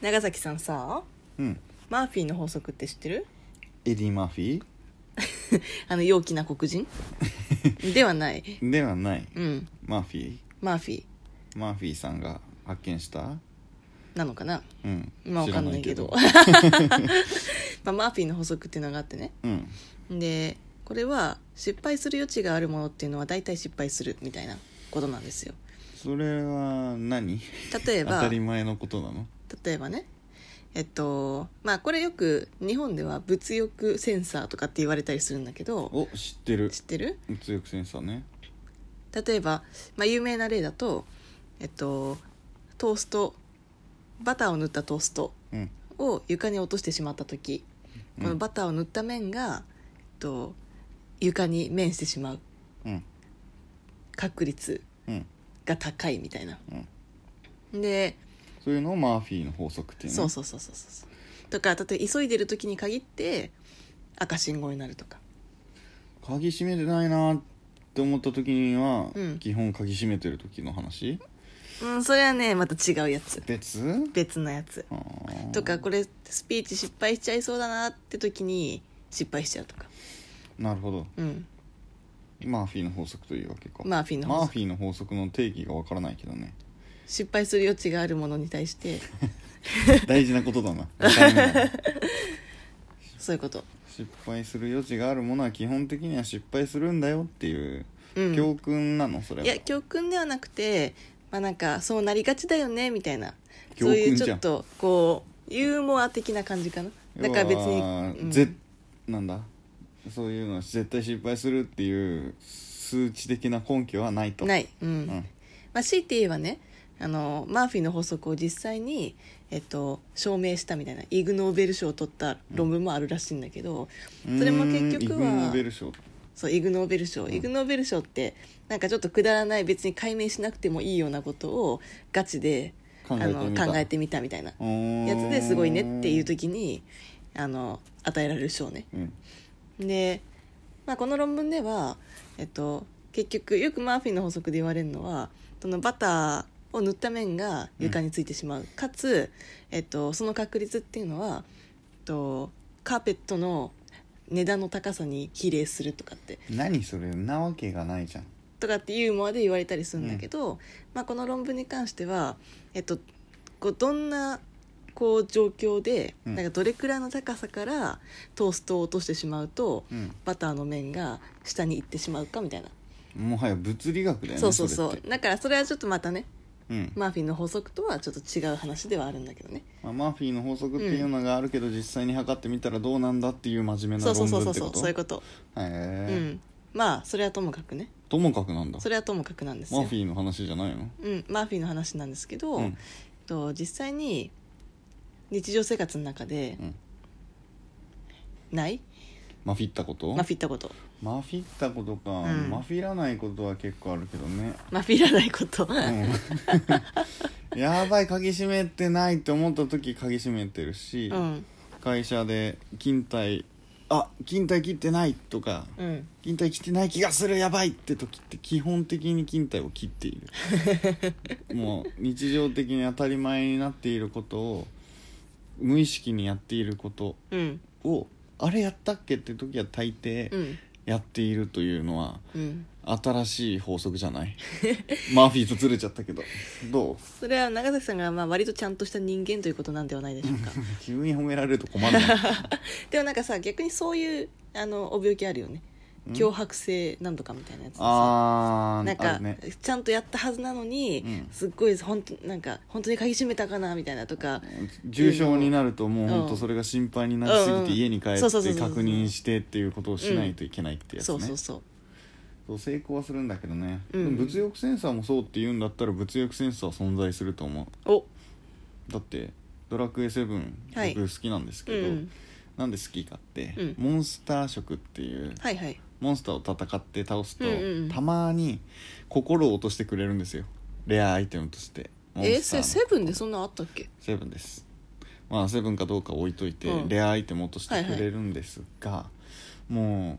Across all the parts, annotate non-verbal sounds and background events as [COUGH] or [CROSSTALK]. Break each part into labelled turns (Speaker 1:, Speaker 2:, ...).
Speaker 1: 長崎さんさ
Speaker 2: うん
Speaker 1: マーフィーの法則って知ってる [LAUGHS]
Speaker 2: エディ・マーフィ
Speaker 1: あの陽気な黒 [LAUGHS] 人ではない
Speaker 2: ーではない
Speaker 1: うん
Speaker 2: マーフィー
Speaker 1: マーフィー
Speaker 2: マーフィーさんが発見した
Speaker 1: なのかな
Speaker 2: うん
Speaker 1: まあわかんないけど [LAUGHS] まあ、マーフィーの法則っていうのがあってね
Speaker 2: うん
Speaker 1: でこれは失敗する余地があるものっていうのは大体失敗するみたいなことなんですよ
Speaker 2: それは何
Speaker 1: 例え
Speaker 2: 当
Speaker 1: ば
Speaker 2: たり前のことなの
Speaker 1: 例えばねえっとまあこれよく日本では物欲センサーとかって言われたりするんだけど
Speaker 2: お知ってる
Speaker 1: 知ってる
Speaker 2: 物欲センサーね
Speaker 1: 例えば、まあ、有名な例だと、えっと、トーストバターを塗ったトースト
Speaker 2: うん
Speaker 1: を床に落としてしまった時
Speaker 2: うん
Speaker 1: このバターを塗った面が、えっと、床に面してしまう
Speaker 2: うん
Speaker 1: 確率
Speaker 2: うん
Speaker 1: が高いみたいな。
Speaker 2: うん
Speaker 1: で
Speaker 2: そういうのをマーフィーの法則っていうの
Speaker 1: そうそうそうそうそうとか例えば急いでる時に限って赤信号になるとか
Speaker 2: 鍵閉めてないなって思った時には、
Speaker 1: うん
Speaker 2: 基本鍵閉めてる時の話
Speaker 1: うんそれはねまた違うやつ
Speaker 2: 別
Speaker 1: 別のやつ
Speaker 2: あー
Speaker 1: とかこれスピーチ失敗しちゃいそうだなって時に失敗しちゃうとか
Speaker 2: なるほど
Speaker 1: うん
Speaker 2: マーフィーの法則というわけか
Speaker 1: マーフィーの法則
Speaker 2: マーフィーの法則の定義がわからないけどね
Speaker 1: 失敗する余地があるものに対
Speaker 2: [LAUGHS]
Speaker 1: して
Speaker 2: 大事なこ
Speaker 1: [LAUGHS]
Speaker 2: とだなわからない
Speaker 1: そういうこと
Speaker 2: 失敗する余地があるものは基本的には失敗するんだよっていう
Speaker 1: うん
Speaker 2: 教訓なの、それはい
Speaker 1: や教訓ではなくてまあなんかそうなりがちだよねみたいな
Speaker 2: 教
Speaker 1: そ
Speaker 2: 訓
Speaker 1: う
Speaker 2: じゃん
Speaker 1: いうちょっとこうユーモア的な感じかなだから別に、
Speaker 2: 要は
Speaker 1: うん
Speaker 2: ぜなんだそういうのは絶対失敗するっていう数値的な根拠はないと
Speaker 1: ない、うん
Speaker 2: うん
Speaker 1: まあ、強いて言えばねあのマーフィーの法則を実際に、えっと、証明したみたいなイグ・ノーベル賞を取った論文もあるらしいんだけど、それも結局は
Speaker 2: うーんイグノーベル賞
Speaker 1: そうイグ・ノーベル賞、イグ・ノーベル賞ってなんかちょっとくだらない別に解明しなくてもいいようなことをガチで
Speaker 2: 考えてみた
Speaker 1: あの考えてみたみたいな
Speaker 2: うーん
Speaker 1: やつですごいねっていう時にあの与えられる賞ね。
Speaker 2: うん
Speaker 1: で、まあ、この論文では、えっと、結局よくマーフィーの法則で言われるのはそのバターを塗った面が床についてしまう、かつ、えっと、その確率っていうのは、えっと、カーペットの値段の高さに比例するとかって
Speaker 2: 何それんなわけがないじゃん
Speaker 1: とかってユーモアで言われたりするんだけど、まあ、この論文に関しては、えっと、こうどんなこう状況で、
Speaker 2: うん
Speaker 1: なんかどれくらいの高さからトーストを落としてしまうと、
Speaker 2: うん
Speaker 1: バターの面が下に行ってしまうかみたいな、
Speaker 2: もはや物理学だよね
Speaker 1: そうそうそう
Speaker 2: れって
Speaker 1: だからそれはちょっとまたね
Speaker 2: うん
Speaker 1: マーフィーの法則とはちょっと違う話ではあるんだけどね
Speaker 2: まあ、マーフィーの法則っていうのがあるけど、実際に測ってみたらどうなんだっていう真面目
Speaker 1: そ
Speaker 2: な
Speaker 1: うそ
Speaker 2: 論
Speaker 1: うそうそう
Speaker 2: 文って
Speaker 1: そ
Speaker 2: こ
Speaker 1: う
Speaker 2: と
Speaker 1: そういう
Speaker 2: へ
Speaker 1: こと、う
Speaker 2: え、
Speaker 1: んまあそれはともかくね
Speaker 2: ともかくなんだ
Speaker 1: それはともかくなんです
Speaker 2: マ
Speaker 1: よ
Speaker 2: ーフィーの話じゃないの
Speaker 1: うん、マーフィーの話なんですけど、
Speaker 2: うん
Speaker 1: と実際に日常生活の中で
Speaker 2: うん
Speaker 1: ない、
Speaker 2: マフィったこと
Speaker 1: マフィったこと
Speaker 2: マフィったことか、
Speaker 1: ん
Speaker 2: マフィらないことは結構あるけどね
Speaker 1: マフィらないこと、
Speaker 2: うん [LAUGHS] やばい鍵閉めてないって思った時鍵閉めてるし、
Speaker 1: うん
Speaker 2: 会社で勤怠あ勤怠切ってないとか
Speaker 1: うん [LAUGHS]
Speaker 2: 勤怠切ってない気がするやばいって時って基本的に勤怠を切っているもう日常的に当たり前になっていることを無意識にやっていること
Speaker 1: うん
Speaker 2: をあれやったっけって時は大
Speaker 1: う
Speaker 2: 抵
Speaker 1: ん
Speaker 2: やっているというのは
Speaker 1: うん
Speaker 2: 新しい法則じ
Speaker 1: [LAUGHS]
Speaker 2: ゃないマーフィーとずれちゃったけどどう [LAUGHS]
Speaker 1: それは長崎さんがまあ割とちゃんとした人間ということなんではないでしょうか
Speaker 2: 急に褒められると困るな
Speaker 1: でもなんかさ逆にそういうあのお病気あるよね
Speaker 2: うん
Speaker 1: 脅迫性なんとかみたいなやつでさ
Speaker 2: あー
Speaker 1: なん
Speaker 2: あ
Speaker 1: か、
Speaker 2: るね
Speaker 1: ちゃんとやったはずなのに、
Speaker 2: うん
Speaker 1: すっごい本当なんか本当に鍵閉めたかなみたいなとか、
Speaker 2: 重症になるともう
Speaker 1: うん
Speaker 2: 本当それが心配になりすぎ
Speaker 1: うんうん
Speaker 2: て家に帰って
Speaker 1: そう
Speaker 2: 確
Speaker 1: そうそうそう
Speaker 2: 認してっていうことをしないといけないってやつ
Speaker 1: そうそ
Speaker 2: ね
Speaker 1: うそう
Speaker 2: そう成功はするんだけどね、
Speaker 1: うん
Speaker 2: でも物欲センサーもそうって言うんだったら物欲センサーは存在すると思
Speaker 1: お
Speaker 2: うだって「ドラクエ7」
Speaker 1: はい
Speaker 2: 僕好きなんです
Speaker 1: う
Speaker 2: けど、
Speaker 1: ん
Speaker 2: なんで好きかって、
Speaker 1: うん
Speaker 2: モンスター色っていう
Speaker 1: はいはい
Speaker 2: モンスターを戦って倒す
Speaker 1: う
Speaker 2: と、
Speaker 1: んうんうん
Speaker 2: たまに心を落としてくれるんですよレアアイテムとしてモン
Speaker 1: えー、
Speaker 2: スタ
Speaker 1: せ
Speaker 2: ー
Speaker 1: セブンでそんなあったっけ
Speaker 2: セブンですまあセブンかどうか置いといて、
Speaker 1: うん
Speaker 2: レアアイテム落としてくれるんですが、も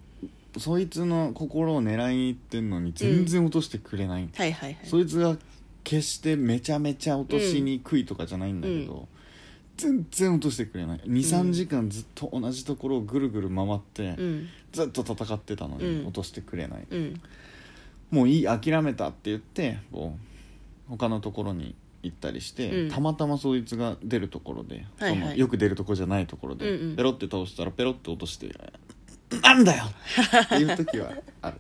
Speaker 2: うそいつの心を狙いに行ってんのに全然落としてくれない、
Speaker 1: はいはいはい
Speaker 2: そいつが決してめちゃめちゃ落としにくいとかじゃないんだけど、全然落としてくれない
Speaker 1: うん
Speaker 2: 23時間ずっと同じところをぐるぐる回って、
Speaker 1: うん
Speaker 2: ずっと戦ってたのに、
Speaker 1: うん
Speaker 2: 落としてくれない
Speaker 1: うん
Speaker 2: もういい諦めたって言ってこう他のところに行ったりして、
Speaker 1: うん
Speaker 2: たまたまそいつが出るところで、
Speaker 1: はいはい
Speaker 2: そのよく出るところじゃないところで、
Speaker 1: うんうん
Speaker 2: ペロって倒したらペロって落として「なんだよ!」っていう時は
Speaker 1: [LAUGHS]
Speaker 2: ある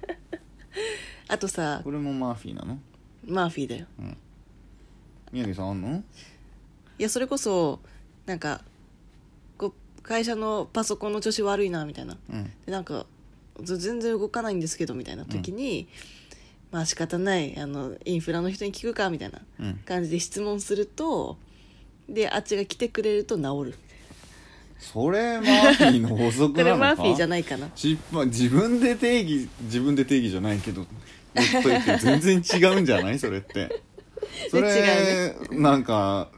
Speaker 1: あとさ
Speaker 2: これもマーフィーなの
Speaker 1: マーフィーだよ
Speaker 2: うん宮城さんあんの
Speaker 1: いやそれこそなんかこう会社のパソコンの調子悪いなみたいな
Speaker 2: うん
Speaker 1: でなんかず全然動かないんですけどみたいな時に、まあ仕方ないあのインフラの人に聞くかみたいな
Speaker 2: うん
Speaker 1: 感じで質問するとであっちが来てくれると治る
Speaker 2: それマーフィーの法則
Speaker 1: こ [LAUGHS]
Speaker 2: なの
Speaker 1: れ
Speaker 2: か
Speaker 1: マーフィーじゃないかな
Speaker 2: しまあ自分で定義自分で定義じゃないけど言っといて全然違うんじゃないそれってそれ
Speaker 1: [LAUGHS] 違
Speaker 2: なんか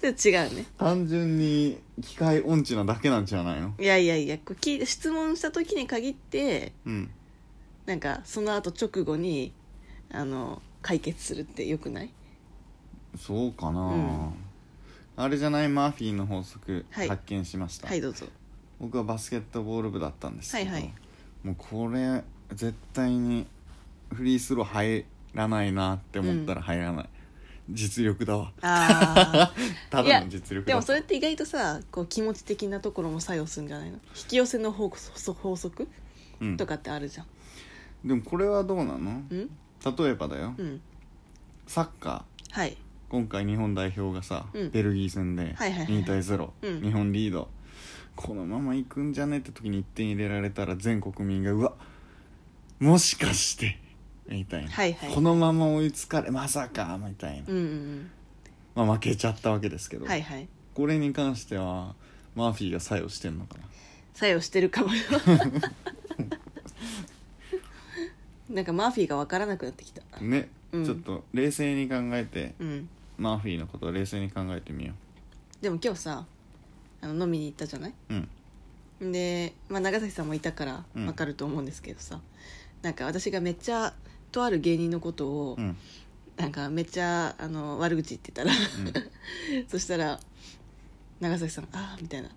Speaker 1: で違うね
Speaker 2: 単純に機械音痴なだけなんじゃないの
Speaker 1: いやいやいやこう聞い質問した時に限って
Speaker 2: うん
Speaker 1: なんかその後直後にあの解決するってよくない
Speaker 2: そうかな、
Speaker 1: うん
Speaker 2: あれじゃないマーフィーの法則、
Speaker 1: はい
Speaker 2: 発見しました、
Speaker 1: はいどうぞ
Speaker 2: 僕はバスケットボール部だったんですけど、
Speaker 1: はいはい
Speaker 2: もうこれ絶対にフリースロー入らないなって思ったら入らない、実力だわ
Speaker 1: あ [LAUGHS]
Speaker 2: ただの実
Speaker 1: あ
Speaker 2: 力
Speaker 1: で
Speaker 2: だ
Speaker 1: も
Speaker 2: わ
Speaker 1: それって意外とさこう気持ち的なところも作用するんじゃないの引き寄せの法則法則
Speaker 2: うん
Speaker 1: とかってあるじゃん
Speaker 2: でもこれはどうなの
Speaker 1: うん
Speaker 2: 例えばだよ、
Speaker 1: うん
Speaker 2: サッカー
Speaker 1: はい
Speaker 2: 今回日本代表がさ、
Speaker 1: うん
Speaker 2: ベルギー戦で
Speaker 1: はいはいはい
Speaker 2: 2対0、
Speaker 1: うん
Speaker 2: 日本リードこのまま行くんじゃねって時に1点入れられたら全国民がうわもしかしてみたいな、
Speaker 1: はいはい
Speaker 2: このまま追いつかれまさかみたいな、
Speaker 1: うんうん
Speaker 2: まあ、負けちゃったわけですけ
Speaker 1: う
Speaker 2: ど、
Speaker 1: んはいはい
Speaker 2: これに関してはマーフィーが作用してんのかな
Speaker 1: 作用してるかも
Speaker 2: [LAUGHS]
Speaker 1: よなんかマーフィーが分からなくなってきた
Speaker 2: ね、
Speaker 1: うん
Speaker 2: ちょっと冷静に考えて、
Speaker 1: うん
Speaker 2: マーフィーのことを冷静に考えてみよ
Speaker 1: でも今日さあの飲みに行ったじゃないう
Speaker 2: うん
Speaker 1: で、まあ、長崎さんもいたから
Speaker 2: うん
Speaker 1: 分かると思うんですけどさ、なんか私がめっちゃとある芸人のことを、
Speaker 2: うん
Speaker 1: なんかめっちゃあの悪口言ってたら [LAUGHS] そしたら長崎さん「ああ」みたいな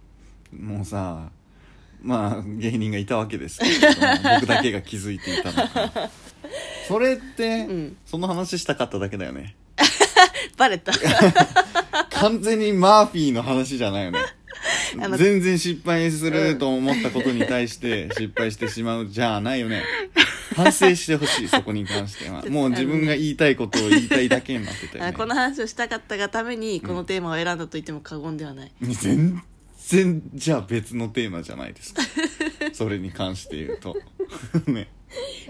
Speaker 2: もうさまあ芸人がいたわけですけれども僕だけが気づいていたのかな [LAUGHS] それって、
Speaker 1: うん
Speaker 2: その話したかっただけだよね
Speaker 1: バレ
Speaker 2: [LAUGHS]
Speaker 1: た
Speaker 2: 完全にマーフィーの話じゃないよね
Speaker 1: あの
Speaker 2: 全然失敗すると思ったことに対
Speaker 1: [LAUGHS]
Speaker 2: して失敗してしまうじゃないよね反省してほしいそこに関してはもう自分が言いたいことを言いたいだけになってたよ
Speaker 1: [LAUGHS] あ
Speaker 2: ね
Speaker 1: この話をしたかったがためにこのテーマを選んだと言っても過言ではない、
Speaker 2: 全然じゃあ別のテーマじゃないですかそれに関して言うと [LAUGHS] ね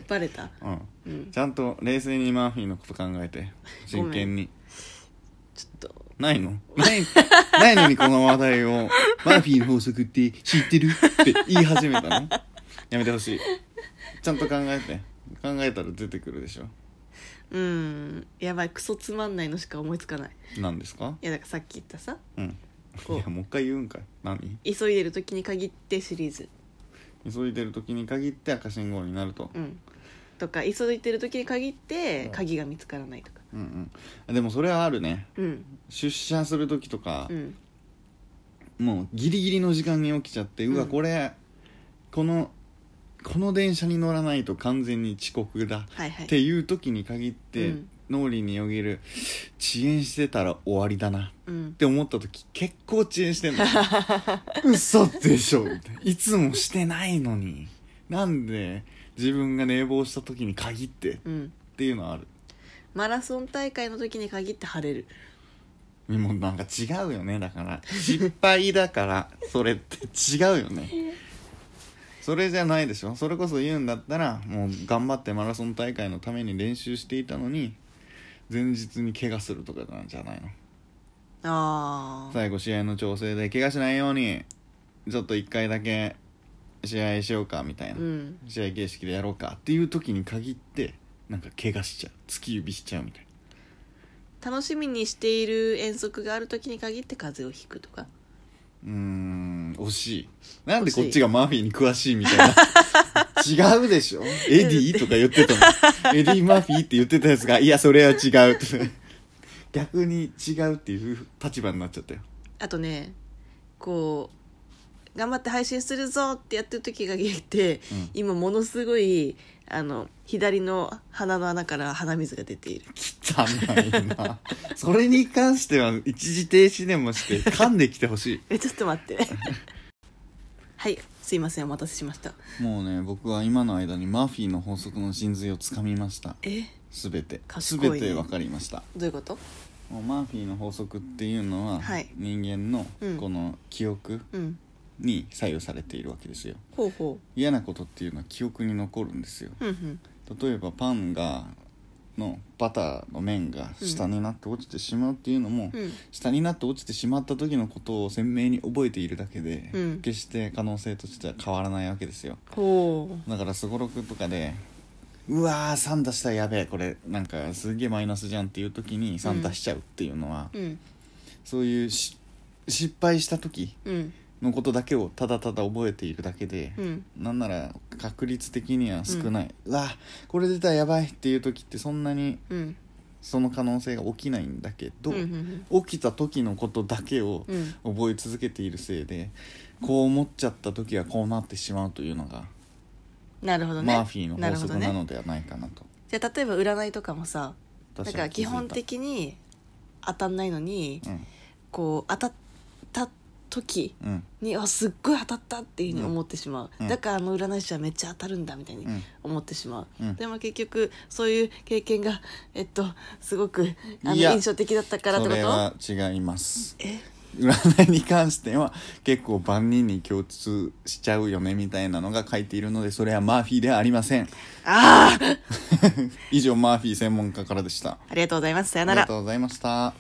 Speaker 1: バレた
Speaker 2: うん
Speaker 1: うん
Speaker 2: ちゃんと冷静にマーフィーのこと考
Speaker 1: [LAUGHS]
Speaker 2: えて
Speaker 1: ごめん
Speaker 2: 真剣に
Speaker 1: ちょっと
Speaker 2: ないのない [LAUGHS] ないのにこの話題を「マーフィーの法則って知ってる?」って言い始めた
Speaker 1: [LAUGHS]
Speaker 2: のやめてほしいちゃんと考えて考えたら出てくるでしょ
Speaker 1: うんやばいクソつまんないのしか思いつかない
Speaker 2: 何ですか
Speaker 1: いやだからさっき言ったさ
Speaker 2: うんい
Speaker 1: こう
Speaker 2: やもう一回言うんかい何
Speaker 1: 急いでる時に限ってシリーズ
Speaker 2: 急いでる時に限って赤信号になると、
Speaker 1: うんとか急いでる時に限って
Speaker 2: うん
Speaker 1: 鍵が見つからないとか
Speaker 2: うんうんでもそれはあるね
Speaker 1: うん
Speaker 2: 出社する時とか
Speaker 1: う、ん
Speaker 2: もうギリギリの時間に起きちゃってうわ
Speaker 1: うん
Speaker 2: これ、このこの電車に乗らないと完全に遅刻だ、
Speaker 1: はいはい
Speaker 2: っていう時に限って、
Speaker 1: うん
Speaker 2: 脳裏によぎる遅延してたら終わりだな
Speaker 1: うん
Speaker 2: って思った時結構遅延してんの嘘でしょみたいないつもしてないのになんで自分が寝坊した時に限ってっ
Speaker 1: うん
Speaker 2: ていうのはある
Speaker 1: マラソン大会の時に限って晴れる
Speaker 2: もうなんか違うよねだから失敗だからそれって違うよねそれじゃないでしょそれこそ言うんだったらもう頑張ってマラソン大会のために練習していたのに前日に怪我するとかなんじゃないの
Speaker 1: ああ
Speaker 2: 最後試合の調整で怪我しないようにちょっと1回だけ試合しようかみたいな、
Speaker 1: うん
Speaker 2: 試合形式でやろうかっていう時に限ってなんか怪我しちゃう突き指しちゃうみたいな
Speaker 1: 楽しみにしている遠足がある時に限って風邪をひくとか
Speaker 2: うーん惜しいなんでこっちがマーフィーに詳しいみたいな違うでしょエディとか言ってたのエディ・マーフィーって言ってたやつがいやそれは違う逆に違うっていう立場になっちゃったよ
Speaker 1: あとねこう頑張って配信するぞってやってる時が見えて、
Speaker 2: うん
Speaker 1: 今ものすごいあの左の鼻の穴から鼻水が出ている
Speaker 2: 汚いなそれに関しては一時停止でもして噛んできてほし
Speaker 1: えちょっと待ってはいすいませんお待たせしました
Speaker 2: いもうね僕は今の間にマーフィーの法則の真髄をつかみました
Speaker 1: え
Speaker 2: すべてす
Speaker 1: 賢い
Speaker 2: べて分かりました
Speaker 1: どういうこと
Speaker 2: もうマーフィーの法則っていうのは、
Speaker 1: はい
Speaker 2: 人間の
Speaker 1: うん
Speaker 2: この記憶
Speaker 1: うん
Speaker 2: に左右されているわけですよ
Speaker 1: ほうほ
Speaker 2: 嫌なことっていうのは記憶に残るんですよ
Speaker 1: ううんうん
Speaker 2: 例えばパンがのバターの面が下になって落ちてしまうっていうのも、
Speaker 1: うん
Speaker 2: 下になって落ちてしまった時のことを鮮明に覚えているだけで、
Speaker 1: うん
Speaker 2: 決して可能性としては変わらないわけですよ
Speaker 1: ほう
Speaker 2: だからすごろくとかでうわー3出したらやべえこれなんかすげえマイナスじゃんっていう時に3出しちゃうっていうのは、
Speaker 1: うん
Speaker 2: そういうし失敗した時
Speaker 1: うん
Speaker 2: のことだけをただただ覚えているだけで、
Speaker 1: うん
Speaker 2: なんなら確率的には少ない、うわこれ出たらやばいっていう時ってそんなに
Speaker 1: うん
Speaker 2: その可能性が起きないんだけど、
Speaker 1: うんうん
Speaker 2: 起きた時のことだけを
Speaker 1: うんうん
Speaker 2: 覚え続けているせいでこう思っちゃった時はこうなってしまうというのが、
Speaker 1: なるほどね
Speaker 2: マーフィーの法
Speaker 1: るほ
Speaker 2: 則
Speaker 1: どね
Speaker 2: なのではないかなと
Speaker 1: じゃあ例えば占いとかもさだ
Speaker 2: 私
Speaker 1: から
Speaker 2: は気
Speaker 1: 基
Speaker 2: づいた
Speaker 1: 本的に当たんないのに、
Speaker 2: うん
Speaker 1: こう当たった時
Speaker 2: うん
Speaker 1: にあすっごい当たったっていうふうに思ってしまう、
Speaker 2: うん
Speaker 1: だからあの占い師はめっちゃ当たるんだみたいに
Speaker 2: うん
Speaker 1: 思ってしまう、
Speaker 2: うん
Speaker 1: でも結局そういう経験がえっとすごくあの
Speaker 2: いや
Speaker 1: 印象的だったからって
Speaker 2: そ
Speaker 1: こ
Speaker 2: れ
Speaker 1: と
Speaker 2: は違います
Speaker 1: え
Speaker 2: 占いに関しては結構万人に共通しちゃうよねみたいなのが書いているのでそれはマーフィーではありません
Speaker 1: ああ
Speaker 2: 以上マーフィー専門家からでした
Speaker 1: [LAUGHS] ありがとうございますさよ
Speaker 2: あ
Speaker 1: な
Speaker 2: りが
Speaker 1: ら
Speaker 2: とうございました